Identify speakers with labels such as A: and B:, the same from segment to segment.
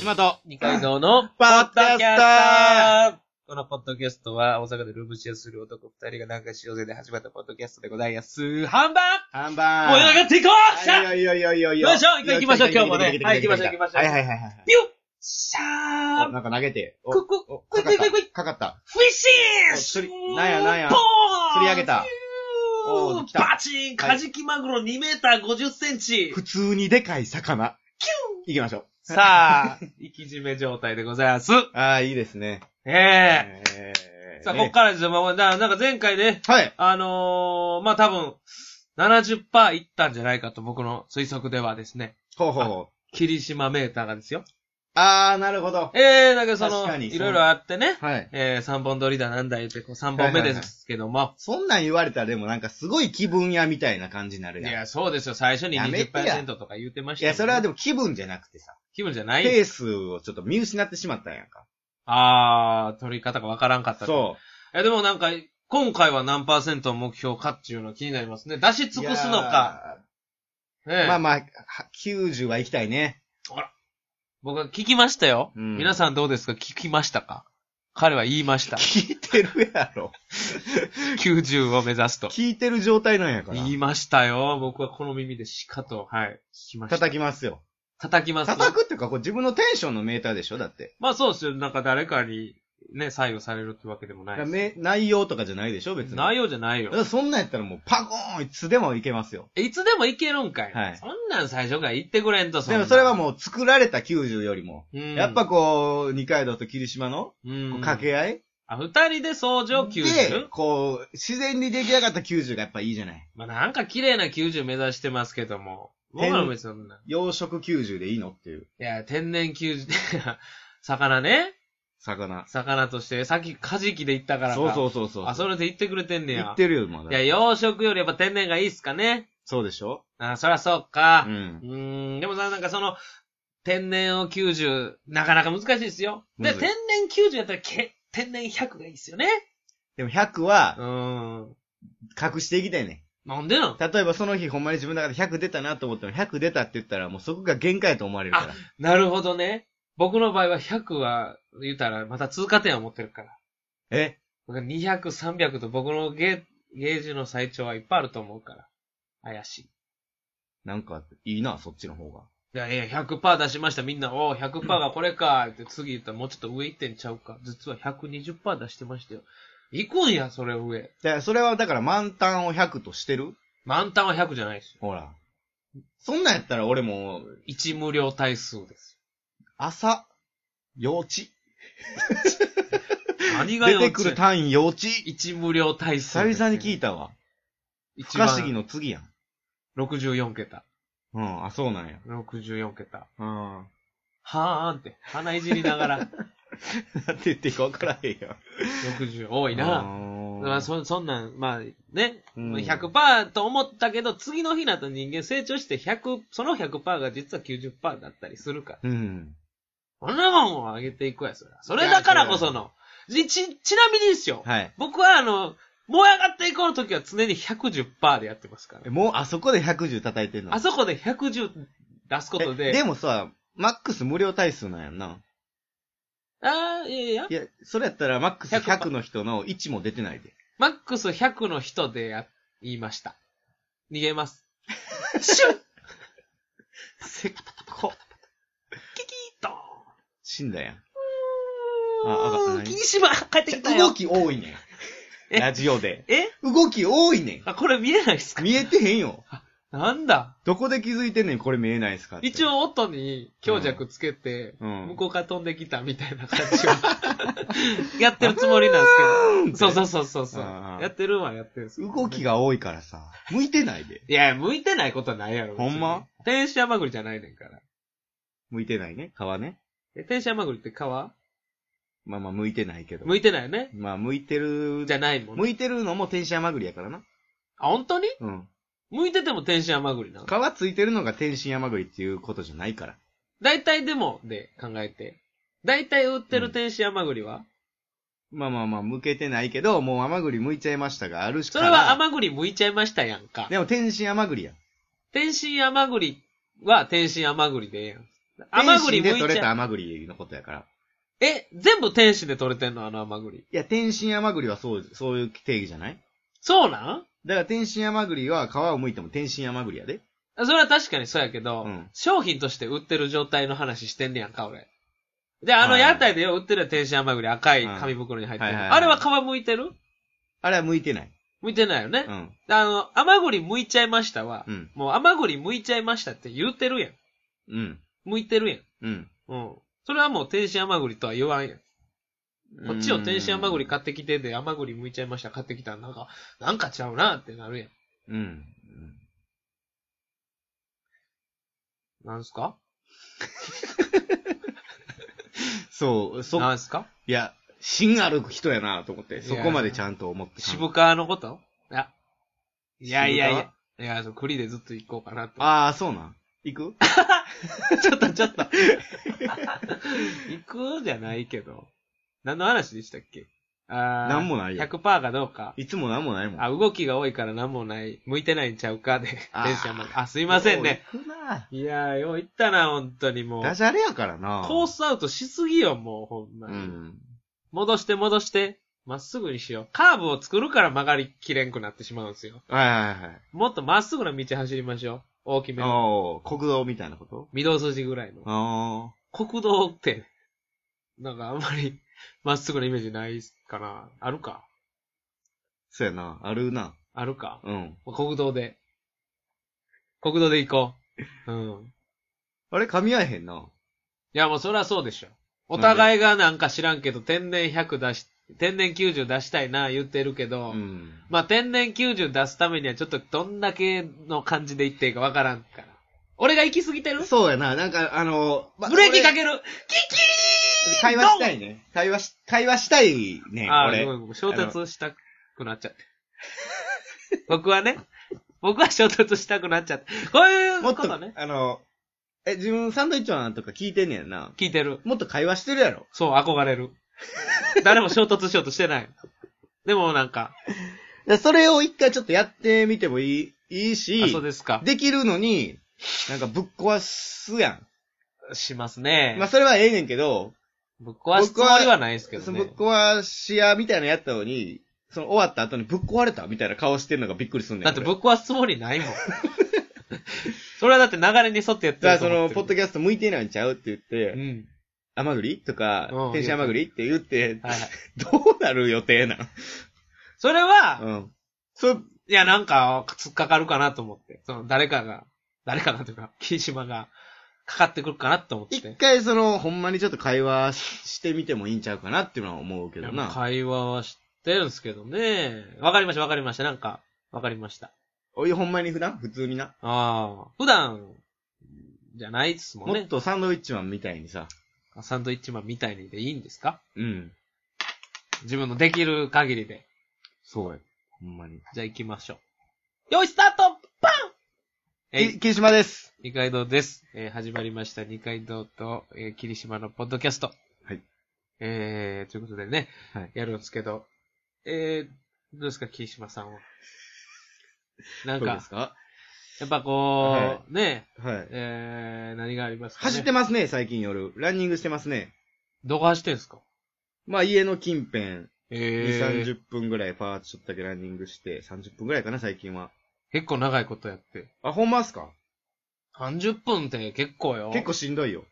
A: 島と、
B: 二階堂の、
A: ポッドキャスター
B: このポッドキャストは、大阪でルームシェアする男二人がなんかしようぜで始まったポッドキャストでございます。半ば
A: 看板
B: 盛り上がっていこうしゃ
A: いいよいいよいいよいいよ。
B: よいしょ行きましょう今日もねはい行きましょう行きましょう
A: はいはいはいはい。
B: ピュッしゃ
A: お
B: ー
A: なんか投げて。お
B: ここ
A: お
B: こいこいこいこい
A: かかった。
B: フィッシ
A: お
B: ン
A: 釣り
B: シュ
A: なんやなんや
B: ポーン
A: 釣り上げたおー来た
B: バチンカジキマグロ2メーター50セン チ
A: 普通にでかい魚。キュー行きましょう。
B: さあ、 生き締め状態でございます。
A: ああ、いいですね。
B: ええ
A: えー
B: さあ、こっからですよ。まあ、ななんか前回ね、
A: はい。
B: あのー、まあ、多分、70%いったんじゃないかと僕の推測ではですね、
A: ほうほうほう。
B: 霧島メーターがですよ。
A: ああ、なるほど。
B: ええなんかそ
A: 確
B: の、
A: かに
B: いろいろあってね、
A: はい。
B: ええ3本撮りだなんだ言って、こう3本目ですけども、
A: そんなん言われたらでもなんかすごい気分屋みたいな感じになる
B: い
A: やん。いや、
B: や、そうですよ。最初に
A: やめてや
B: 20%とか言ってましたもんね
A: それはでも気分じゃなくてさ、
B: 気分じゃない
A: ペースをちょっと見失ってしまったんやんか。
B: あー、取り方がわからんかった。う。
A: そ
B: え、でもなんか、今回は何パーセント目標かっていうのは気になりますね。出し
A: う。
B: 尽くすのか。
A: いやー。
B: ね
A: まあまあ、は90は行きたいね。
B: 僕は聞きましたよ、
A: うん
B: 皆さんどうですか聞きましたか彼は言いました。
A: 聞いてるやろ。
B: 90を目指すと。
A: 聞いてる状態なんやから。
B: 言いましたよ。僕はこの耳でしかと、はい、聞きました。
A: 叩きますよ。
B: 叩きます。
A: 叩くっていうか、こう自分のテンションのメーターでしょだって。
B: まあそうですよ。なんか誰かにね、左右されるってわけでもないで
A: め内容とかじゃないでしょ別
B: す。
A: に。
B: 内容じゃない
A: だ
B: よ
A: か。らそんなんやったらもうパコーンいつでもいけますよ。
B: えいつでもいけるんかい。
A: はい
B: そんなん最初から言ってくれんと、
A: でもそれは
B: う
A: もう作られた90よりも。
B: んな、うん
A: やっぱ、こう、二階堂と霧島の
B: うん
A: こう掛け合い、
B: あ、二人で相乗
A: で
B: 90?
A: こう、自然に出来上がった90がやっぱいいじゃない。
B: まあなんか綺麗な90目指してますけども。僕らも別にそんな。
A: 養殖90でいいのっていう
B: いや、天然90、魚ね。
A: 魚。
B: 魚として、さっきカジキで言ったからか。
A: そうそううそうそう。
B: あ、それで言ってくれてんねや。
A: 言ってるよ、まだ。
B: いや、養殖よりやっぱ天然がいいっすかね。
A: そうでしょ
B: あ、そりゃそう
A: う。
B: か。うんーん、んでもさ、なんかその、天然を90、なかなか難しいっすよ。で、
A: むずい
B: 天然90やったらけ、天然100がいいっすよね。
A: でも100
B: う
A: は
B: ーん。
A: 隠していきたいね。
B: なんでなん
A: 例えばその日ほんまに自分の中で100出たなと思っても100出たって言ったらもうそこが限界やと思われるから。
B: なるほどね。僕の場合は100は、言うたらまた通過点を持ってるから。
A: え
B: だから200、300と僕のゲゲージの最長はいっぱいあると思うから。怪しい。
A: なんかいいな、そっちの方が。
B: いやいや、100%出しました。みんな、おう100%がこれか。って次言ったらもうちょっと上行ってんちゃうか。実は120%出してましたよ。行くんや、それ上。
A: で、それはだから満タンを100としてる
B: 満タンは100じゃないですよ。
A: ほら。そんなんやったら俺も
B: 一無料対数です
A: 朝、幼稚。
B: よ。何が
A: 出
B: よ
A: てくる単位幼稚。
B: 一無料対数
A: 久々に聞い
B: た。
A: たわ。不
B: 一
A: 可思議
B: 番
A: の次やん。
B: 64桁。
A: うん、あ、そうなんや。
B: 64桁。
A: うん。
B: はーんって。鼻いじりながら。
A: なんて言っていいか分からへんやん。
B: 60多い
A: あ
B: な。
A: ー
B: まあ、そ、そんなん、まあ、ね。
A: うん
B: 100%と思ったけど、次の日だと人間成長して100、その100%が実は90%だったりするから。
A: うん。
B: こんなもんを上げていくや、それは。それだからこその。ち、ち、ちなみにですよ。
A: はい。
B: 僕はあの、燃え上がっていこうの時は常に110%でやってますから。
A: もうあそこで110叩いてんの
B: あそこで110出すこと
A: え
B: で。
A: でもさ、マックス無料対数なんやんな。
B: あーいやい
A: い
B: や。
A: や、それやったらマックス
B: 100
A: 100の人の1も出てないで。
B: マックス100の人でや、言いました。逃げます。シュッ
A: せっこ。
B: キキーと
A: 死んだやん。ああ
B: ーん。
A: 何
B: 霧島帰ってきた
A: 動
B: よ。
A: き多いねん。
B: え
A: ラジオで。
B: え
A: 動き多いね
B: あ、これ見えないっす
A: ん。
B: か
A: 見えてへんよ。
B: なんだ
A: どこで気づいてんねん、これ見えないですかって
B: 一。応音に強弱つけて、
A: うん
B: 向こうから飛んできたみたいな感 じは、やってるつもりな
A: う
B: んですけ
A: ん
B: ど。そうそうそうそうそう。
A: ああ
B: やってるはやってるんですけどね
A: 動き。が多いからさ、向いてないで。
B: いや、向いてないことはないやろ。別に
A: ほんま
B: 天使甘栗じゃないねんから。
A: 向いてないね。皮ね。
B: え、天使甘栗って皮
A: まあまあ、向いてないけど。
B: 向いてないよね。
A: まあ、向いてる
B: じゃないもん、
A: 向
B: ね。
A: いてるのも天使山栗やからな。
B: あ、本当に
A: うん。
B: 向いてても天使甘栗なの
A: 皮ついてるのが天使山栗っていうことじゃないから。
B: 大体でも、で考えて。大体売ってる天使甘栗は、
A: まあまあまあ、向けてないけど、もう甘栗向いちゃいましたが、あるし
B: そ
A: か
B: れ
A: ら。
B: は甘栗向いちゃいましたやんか。
A: でも天使山栗や。
B: 天津甘栗は天津甘栗でええやん。甘栗
A: 天津で
B: むい
A: 取
B: ち
A: れた
B: ゃん。
A: 甘栗のことやから。
B: え、全部天使で取れてんのあの甘栗。
A: いや、天津甘栗はそう、そういう定義じゃない
B: そうなん
A: だから天津甘栗は皮を剥いても天津甘栗やで。
B: あそれは確かにそうやけど、
A: うん
B: 商品として売ってる状態の話してんねやんか、俺。で、あの
A: はい
B: 屋台でよう売ってる天使甘栗赤い紙袋に入ってる。
A: うんはいはいはい
B: あれは皮剥いてる
A: あれは剥いてない。
B: 剥いてないよね
A: う。ん。
B: あの、甘栗剥いちゃいましたは、
A: うん。
B: もう甘栗剥いちゃいましたって言うてるやん。
A: うん。
B: 剥いてるやん。
A: うん。
B: うん。それはもう天使甘栗とは言わんやん。こっちを天使甘栗買ってきてで、甘栗剥いちゃいました買ってきたらなんか、なんかちゃうなってなるやん。
A: うん。うん。
B: なんすか
A: そう、そ、
B: なんすか
A: いや、芯ある人やなと思って、そこまでちゃんと思ってた。
B: 渋川のこといや。いやいやい
A: 渋
B: や。いや、そう栗でずっと行こうかなと。
A: ああ、そうなん。行く
B: ちょっとちょっと。行くじゃないけど。何の話でしたっけあー
A: なんもないよ
B: 100%かどうか。
A: いつもなんもないもん。
B: あ、動きが多いから何もない。向いてないんちゃうかで。
A: あー
B: 電車まで。あ、すい
A: い
B: ませんね。。
A: 行くない
B: やー、よう言ったな、本当にもう。
A: ダジャレやからな
B: コースアウトしすぎよ、もう、ほんま
A: う
B: に。
A: ん。
B: 戻して戻して。まっすぐにしよう。カーブを作るから曲がりきれんくなってしまうんですよ。
A: はいはいはい。
B: もっとまっすぐな道走りましょう。大きめの。
A: おー、国道みたいなこと
B: 御堂筋ぐらいの。
A: あ
B: 国道って、なんかあんまり まっすぐなイメージないかな。あるか
A: そうやな。あるな。
B: あるか
A: うん。
B: 国道で。国道で行こう。うん。
A: あれ、噛み合えへんな。
B: いやもうそりゃそうでしょ。お互いがなんか知らんけど、天然100出し、天然90出したいな言ってるけど、
A: うん。
B: まあ天然90出すためにはちょっとどんだけの感じで言っていいかわからんから。俺が行き過ぎてる
A: そうやな。なんか、あの、ま
B: ブレーキか
A: 俺
B: けるキキ
A: 会話したいね。会話し、会話したいね、
B: ああ、
A: 俺
B: ごめ。んごめん衝突したくなっちゃって。僕はね、僕は衝突したくなっちゃって。こういう
A: もっ
B: こととね、、
A: あの、え、自分サンドイッチマンとか聞いてんねやんな。
B: 聞いてる。
A: もっと会話してるやろ。
B: そう、憧れる。誰も衝突しようとしてない。でもなんか、
A: でそれを一回ちょっとやってみてもいい、いいし、
B: あ、そうですか。
A: できるのに、なんかぶっ壊すや
B: します
A: ん。
B: ね。
A: まあ、それはええねんけど、
B: ぶっ壊すつもりはないですけど
A: その
B: ね
A: ぶっ。壊し屋みたいなのやったのに、その終わった後にぶっ壊れたみたいな顔してんのがびっくりすんねん。
B: だってぶ
A: 俺
B: っ壊すつもりないも ん。それはだって流れに沿ってやって
A: だから
B: ると
A: そ
B: 思
A: の、
B: って
A: ポ
B: る
A: ッドキャスト向いてないんちゃうって言って、
B: うん。
A: 甘栗と
B: う
A: か
B: ん、
A: 天使甘栗って言って、
B: はいはい。
A: どうなる予定なん
B: それは、
A: うん。それ、
B: いや、なんか、突っかかるかなと思って。その、誰かが、誰かがというか、霧島が、かかってくるかなと思っ
A: 一
B: て。
A: 回その、ほんまにちょっと会話ししてみてもいいんちゃうかなっていうのは思うけ
B: い
A: ど
B: や
A: な。
B: 会話はしてるんですけどね。わかりました、わかりました。なんか、わかりました。
A: おい、ほんまに普段普通にな。
B: ああ、普段、じゃないですもん
A: もっ
B: ね。
A: とサンドウィッチマンみたいにさ。
B: サンドイッチマンみたいにでいいんですか
A: うん。
B: 自分のできる限りで。
A: そうや。ほんまに。
B: じゃあ行きましょう。よい、スタートバンえい
A: き、霧島です。
B: 二階堂です。えー始まりました。二階堂と、えー霧島のポッドキャスト。
A: はい。
B: えー、ということでね、
A: はい
B: やるんですけど、えー、どうですか、霧島さ んは。なん
A: どう
B: か
A: で、すか
B: やっぱこう、
A: は
B: ね、
A: はい。
B: えー、何がありますか、ね、
A: 走ってますね、最近夜。ランニングしてますね。
B: どこ走ってんすか
A: まあ、家の近辺、
B: え
A: 2、
B: ー、
A: 30分ぐらいパーッとちょっとだけランニングして、30分ぐらいかな、最近は。
B: 結構長いことやって。
A: あ、ほんまっすか
B: 30分って結構よ。
A: 結構しんどいよ。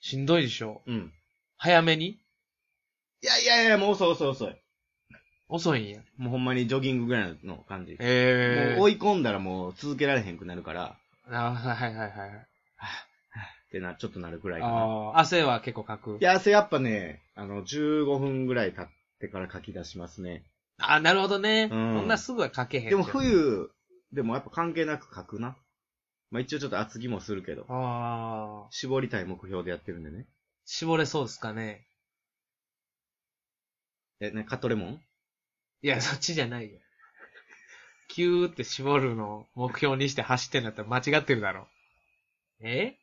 B: しんどいでしょ。
A: うん。
B: 早めに
A: いやいやいや、もう遅い遅い遅い。
B: 遅いんや。
A: もうほんまにジョギングぐらいの感じ。
B: えー、
A: もう追い込んだらもう続けられへんくなるから、
B: あはいはいはいはい。
A: ってな、ちょっとなるぐらいかな。
B: あー汗は結構かく
A: い。や、汗やっぱね、あの、15分ぐらい経ってから書き出しますね。
B: あ、なるほどね。
A: う
B: こ
A: ん
B: んなすぐは書けへんけ
A: で
B: ど。
A: も冬、でもやっぱ関係なく書くな。まあ一応ちょっと厚着もするけど、
B: ああ、
A: 絞りたい目標でやってるんでね。
B: 絞れそうですかね。
A: え、ね、カトレモン
B: いや、そっちじゃないよ。キューって絞るのを目標にして走ってんだったら間違ってるだろ。え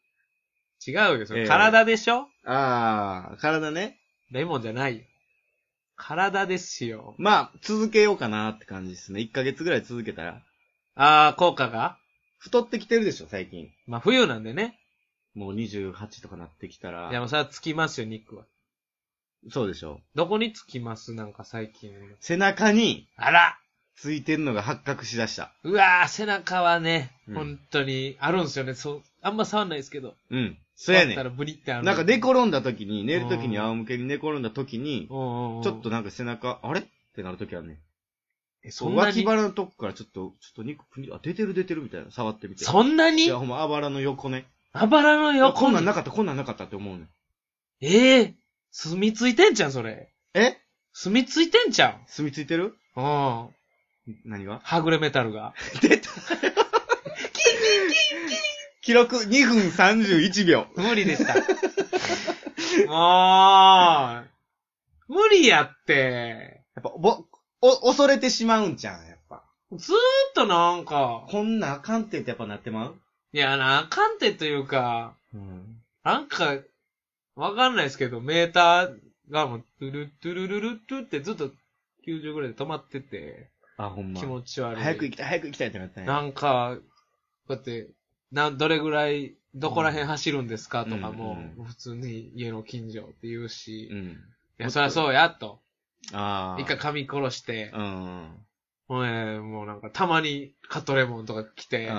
B: 違うよ。そ
A: え
B: れ
A: え
B: 体でしょ、
A: あー、体ね。
B: レモンじゃないよ。体ですよ。
A: まあ、続けようかなって感じですね。1ヶ月ぐらい続けたら。
B: ああ、効果が
A: 太ってきてるでしょ、最近。
B: まあ、冬なんでね。
A: もう28とかなってきたら
B: いや、、もうそれはつきますよ、肉は。
A: そうでしょ。
B: どこにつきますなんか最近。
A: 背中に
B: あら
A: ついてんのが発覚しだした。
B: うわー、背中はね、
A: うん
B: 本当に、あるんですよね。そう、あんま触んないですけど。
A: うん。そうやね
B: 触った
A: ん。
B: らブリってある。
A: なんか寝転んだ時に、寝る時に
B: うん
A: 仰向けに寝転んだ時に、
B: うんうんうん、
A: ちょっとなんか背中、あれってなる時あるねん。
B: え、そんな
A: 脇
B: に、
A: 腹のとこからちょっと、ちょっと肉プニ、あ、出てる出てるみたいな。触ってみて。
B: そんないに
A: や、ほんま、あばらの横ね。
B: あばらの
A: いや、
B: 横
A: こん
B: に
A: なんなかった、こんなんなかったって思うねん。
B: ええー、住みついてんじゃん、それ。
A: え
B: 住みついてんじゃん。
A: 住みついてる
B: うん。
A: 何が
B: はぐれメタルが。
A: 記録2分31秒。
B: 無理でした。 もう、無理やって。
A: やっぱ、ぼ、お、恐れてしまうんじゃん、やっぱ。
B: ずーっとなんか、
A: こんなあかんってってやっぱなってまう
B: いや、なあかんてというか、
A: うん。
B: なんか、わかんないですけど、メーターがもう、トゥルトゥルルルトゥってずっと90ぐらいで止まってて、
A: あ、ほんま
B: 気。持ち悪い。
A: 早く行きたい、早く行きたいってなったんや
B: なんか、こうやって、な、どれぐらい、どこら辺走るんですかとかも
A: うん、
B: 普通に家の近所って言うし、
A: う
B: い
A: ん。
B: や、そりゃそうや、と。
A: ああ。
B: 一回髪殺して、
A: うん。
B: もうねもうなんか、たまにカットレモンとか来て、
A: うん。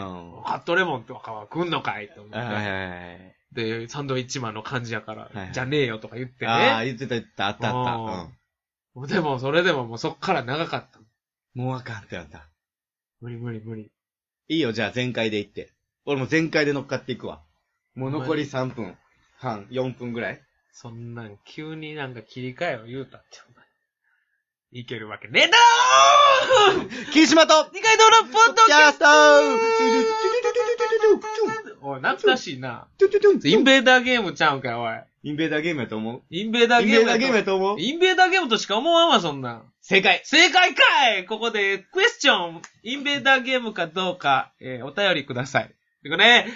B: カットレモンとかは食んのかいと思
A: はいは
B: っ
A: いはい。
B: て、で、サンドイッチマンの感じやから
A: いはい、
B: じゃねえよとか言って
A: ああ、
B: ね。
A: 言ってた言ってた、あったあった。
B: う
A: うん
B: んでも、それでももうそっから長かった。
A: もうあかんってなった。
B: 無理無理無理。
A: いいよ、じゃあ全開で行って。俺も全開で乗っかっていくわ。もう残り3分半、4分ぐらい。
B: そんなん、急になんか切り替えを言うたって、お前。いけるわけねえだろー
A: 霧島と
B: 二階堂のポッドキャス
A: ト
B: トおい、懐かしいな。イ
A: イ
B: ン
A: ンベ
B: ベーダーゲームちゃうんかよ、おい。
A: インベーダーゲームやと思う
B: インベーダー
A: イン
B: ゲ
A: ベ
B: ー
A: ー
B: ム
A: ダーゲームや
B: やと。
A: と思う
B: インベーダーゲームとしか思わんわ、そんなん。
A: 正解
B: 正解かいここで、クエスチョンインベーダーゲームかどうか、えー、お便りください。てかね、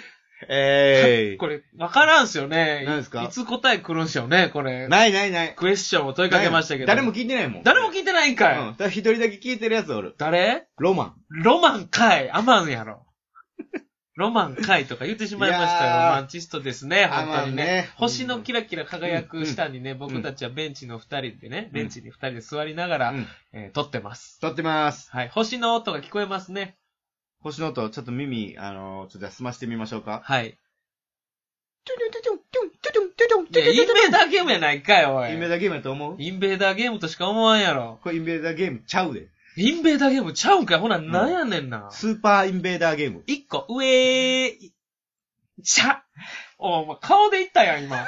A: え
B: これ、わからんすよね。
A: 何ですか
B: いつ答え来るんすよね、これ
A: ー。。ないないない。
B: クエスチョンを問いかけましたけど。
A: 誰も聞いてないもん。
B: 誰も聞いてないんかい。
A: うん。ただ一人だけ聞いてるやつおる。
B: 誰
A: ロマ
B: ロマンかい。アマンやろ。ロマンかいとか言ってしまいました
A: い
B: よ。
A: やー
B: ロマンチストですね、
A: ン。
B: 本当にね。
A: ね
B: 星のキラキラ輝く下にね、
A: うん
B: 僕たちはベンチの二人でね、
A: うん
B: ベンチに二人で座りながら、
A: うん
B: えー撮ってます。
A: 撮ってます。
B: はい。星の音が聞こえますね。
A: 星の音、ちょっと耳、あのー、ちょっと休ませてみましょうか。
B: はい。い
A: い
B: や、インベ
A: イ
B: ーダーゲームやないかい、おい。
A: ンベーダーゲームやと思う
B: インベーダーゲームとしか思わんやろ。
A: これインベーダーゲームちゃうで。
B: インベーダーゲームちゃうんかいほな、なんやねんな。
A: スーパーインベーダーゲーム。
B: 一個上、ちゃ、お前顔で言ったやん、 今。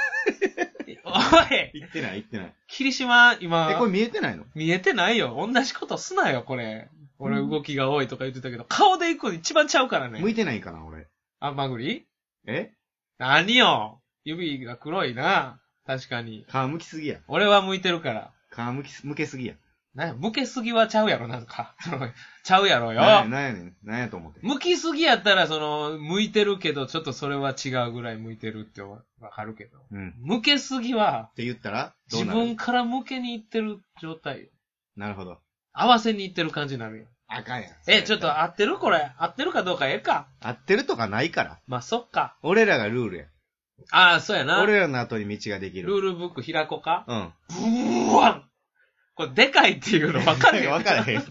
B: おい、
A: 言ってない言ってない。
B: 霧島、
A: え、これ
B: 今、
A: 見えてないの
B: 見えてないよ。同じことすなよ、これ。俺動きが多いとか言ってたけど、顔で行くの一番ちゃうからね
A: 向。いてないかな、俺。
B: あんまぐり
A: え
B: 何よ指が黒いな。確かに。
A: 皮むきすぎや。
B: 俺は向いてるから。
A: 皮むきす、むけすぎや。
B: なんや、向けすぎはちゃうやろ、なんか。 そのちゃうやろよ。
A: なんやなんやねん。なんやと思って。
B: 向きすぎやったら、その、向いてるけど、ちょっとそれは違うぐらい向いてるってわかるけど。
A: うん。っ
B: 向けすぎは、
A: て言ったら、どう
B: 自
A: なる
B: 分から向けに行ってる状態。
A: なるほど。
B: 合わせに行ってる感じになるよ。
A: あかんやん。
B: え、ちょっと合ってるこれ。合ってるかどうかええか。
A: 合ってるとかないから。
B: まあ、そっか。
A: 俺らがルールや。
B: ああ、そうやな。ル
A: 俺らの後に道ができる。
B: ールブック開こうか。
A: うん。
B: ブワンこれ、でかいっていうの分かん ねえ。
A: わからへん。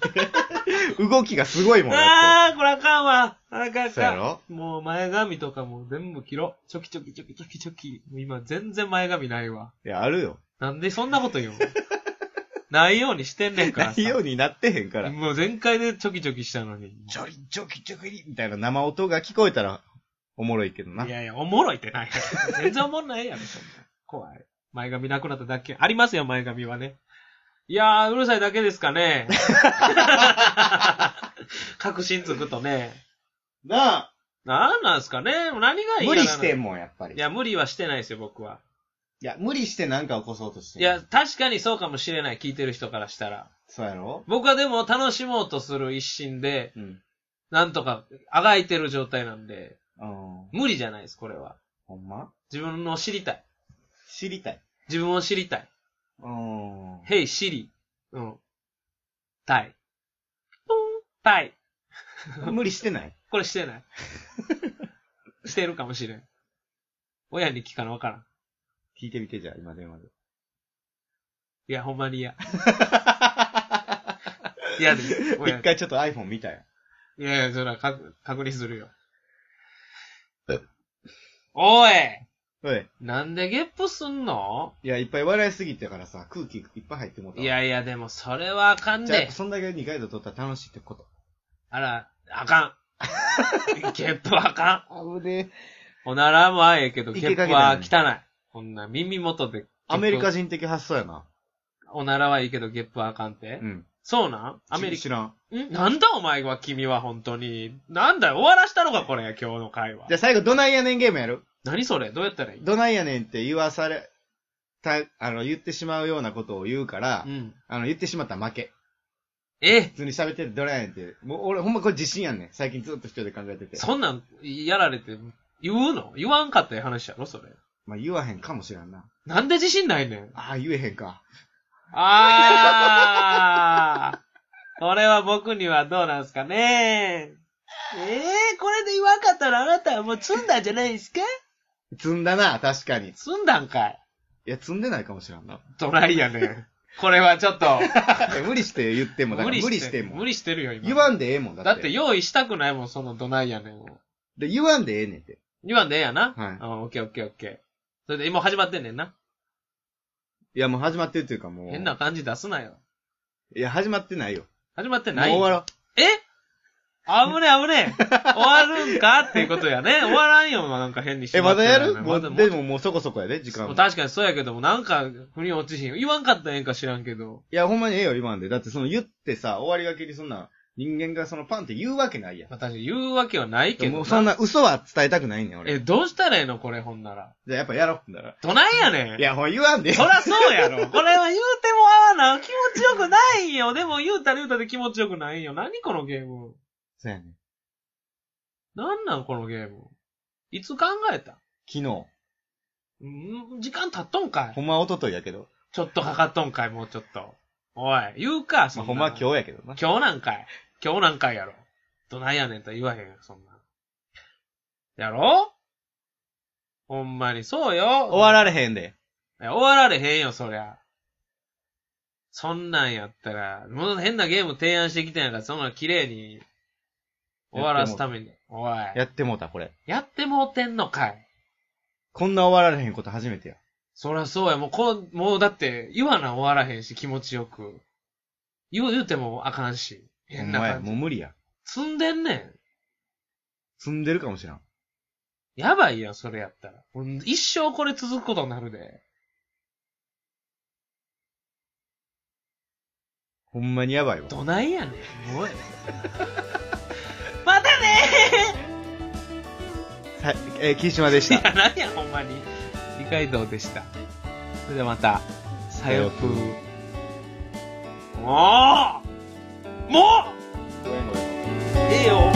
A: 動きがすごいもんだっ
B: ああ、これあかんわ。あかんあ
A: て。そうや
B: かん。
A: ろ
B: もう前髪とかも全部切ろう。チョキチョキチョキチョキチョキ。もう今全然前髪ないわ。
A: いや、あるよ。
B: なんでそんなこと 言うんないようにしてんねんから
A: な
B: さ。
A: いようになってへんから。
B: もう全開でチョキチョキしたのに。。
A: ちょりちょきちょきりみたいな生音が聞こえたら、おもろいけどない
B: やいや、おもろいってない から。全然おもんないやろ、そんな。怖い。前髪なくなっただけ。ありますよ、前髪はね。いやー、うるさいだけですか ね。確信つくとね。
A: なあ
B: なんなんすかねもう何がいい
A: 無理してん
B: も
A: もん、やっぱり。
B: いや、無理はしてないですよ、僕は。
A: いや、無理してなんか起こそうとして
B: いや、、確かにそうかもしれない、聞いてる人からしたら。
A: そうやろ
B: 僕はでも楽しもうとする一心で、
A: うん。
B: なんとか、あがいてる状態なんで、
A: うん。
B: 無理じゃないです、これは。
A: ほんま
B: 自分の知りたい。
A: 知りたい。
B: 自分を知りたい。
A: うん。
B: Hey, シリ。うん。タイ。ポン、タイ。
A: 無理してない
B: これしてない。してるかもしれん。親に聞かなわからん。
A: 聞いてみて、じゃあ、今電 話で。
B: いや、ほんまに嫌。嫌です。親
A: 一回ちょっと iPhone 見たよ。
B: いやいや、それは確確認するよ。おい
A: おい。
B: なんでゲップすんの
A: いや、いっぱい笑いすぎてからさ、空気いっぱい入ってもうたわ。
B: いやいや、でもそれはあかん
A: じゃ
B: で
A: あ、。そんだけ2回度取ったら楽しいってこと。
B: あら、あか ん。ゲップはあかん。
A: あぶね
B: おならもあええけど、
A: い
B: ゲ
A: け
B: ップ
A: かけ
B: は
A: た
B: 汚い。こんな耳元で。
A: アメリカ人的発想やな。
B: おならはいいけど、ゲップはあかんって。
A: うん。
B: そうなんアメリ
A: 知らん。
B: カ。んなんだお前は、君は本当に。なんだよ、終わらしたのか、これ、今日の会話
A: じゃ。あ最後、どないやねんゲームやる
B: 何それどうやったらいい
A: どないやねんって言わされた、あの、言ってしまうようなことを言うから、
B: うん。
A: あの、言ってしまったら負け。
B: え
A: 普通に喋っててどないやねんって。もう俺、ほんまこれ自信やんねん。最近ずっと一人で考えてて。
B: そんなん、やられて、言うの言わんかったらええ話やろ、それ。
A: まあ、言わへんかもしらんな。
B: なんで自信ないねん。
A: ああ、言えへんか。
B: あー。これは僕にはどうなんすかねええー、これで言わんかったらあなたはもう積んだんじゃないですか
A: 積んだな、確かに。い
B: 積んだんかい。
A: や、積んでないかもしらんな。
B: ドライやねん。これはちょっと、
A: いや無理して言っても、だか
B: 無
A: ら
B: 理
A: 無理しても。
B: 無理してるよ、今。
A: 言わんでええもんだって。
B: だって用意したくないもん、そのドナイやねんを。
A: で言わんでええねんって。
B: 言わんでええやな。
A: はい
B: うん、オッケーオッケーオッケー。それで今始まってんねんな。
A: いや、もう始まってるというかもう。
B: 変な。感じ出すなよ。
A: いや、始まってないよ。
B: 始まって
A: もう
B: ない
A: 終わろう。
B: え危ねえ危ねえ。終わるんかっていうこと やね。終わらんよ、なんか変にし
A: え、まだや
B: って
A: る
B: な
A: も
B: まだ
A: う、でももうそこそこやで、時間も
B: もう。確かにそうやけども、なんか、腑に落ちひんよ。言わんかったらええんか知らんけど。
A: いや、ほんまにええよ、今んで。だってその言ってさ、終わりがけにそんな、人間がそのパンって言うわけないやん。
B: 私言うわけはないけどな。
A: もうそんな嘘は伝えたくないねん、俺。
B: え、どうしたらええのこれ、ほんなら。
A: じゃあやっぱやろう。だか
B: どないやね
A: ら。
B: ん。
A: いや、ほん言わんでよ
B: そらそうやろ。これは言うても合わな。気持ちよくないよ。でも言うたら言うたで気持ちよくないよ。何このゲーム。
A: そうやねん。
B: なんなんこのゲーム。いつ考えた
A: 昨日。
B: うん時間経っとんかい
A: ほ。んまは一昨日やけど。
B: ちょっとかかっとんかい、もうちょっと。おい、言うか、そ
A: まあ、
B: ん
A: ほ
B: な。
A: んまは今日やけどな。
B: 今日なんかい。今日なんかいやろ。どないやねんとは言わへんよ、そんな。やろほんまに、そうよ。
A: 終わられへんで。
B: いや終わられへんよ、そりゃ。そんなんやったら、もう変なゲーム提案してきたんやから、そんな綺麗に終わらすために。おい。
A: やってもうた、これ。
B: やってもうてんのかい。
A: こんな終わられへんこと初めてや。
B: そりゃそうや、もうこう、もうだって、言わな終わらへんし、気持ちよく。言う、言うてもあかんし。変な
A: ほんまや
B: 感
A: もう
B: じ。
A: 無理や。
B: 積んでんねん。
A: 積んでるかもしらん。
B: やばいやん、それやったら。俺一生これ続くことになるで。
A: ほんまにやばいわ。
B: どないやねん。おい。 またね
A: はい、えー、岸島でし
B: ーい
A: た。
B: や、なんや、ほんまに。二階堂でした。それではまた、さよぷー。もうもうええよ。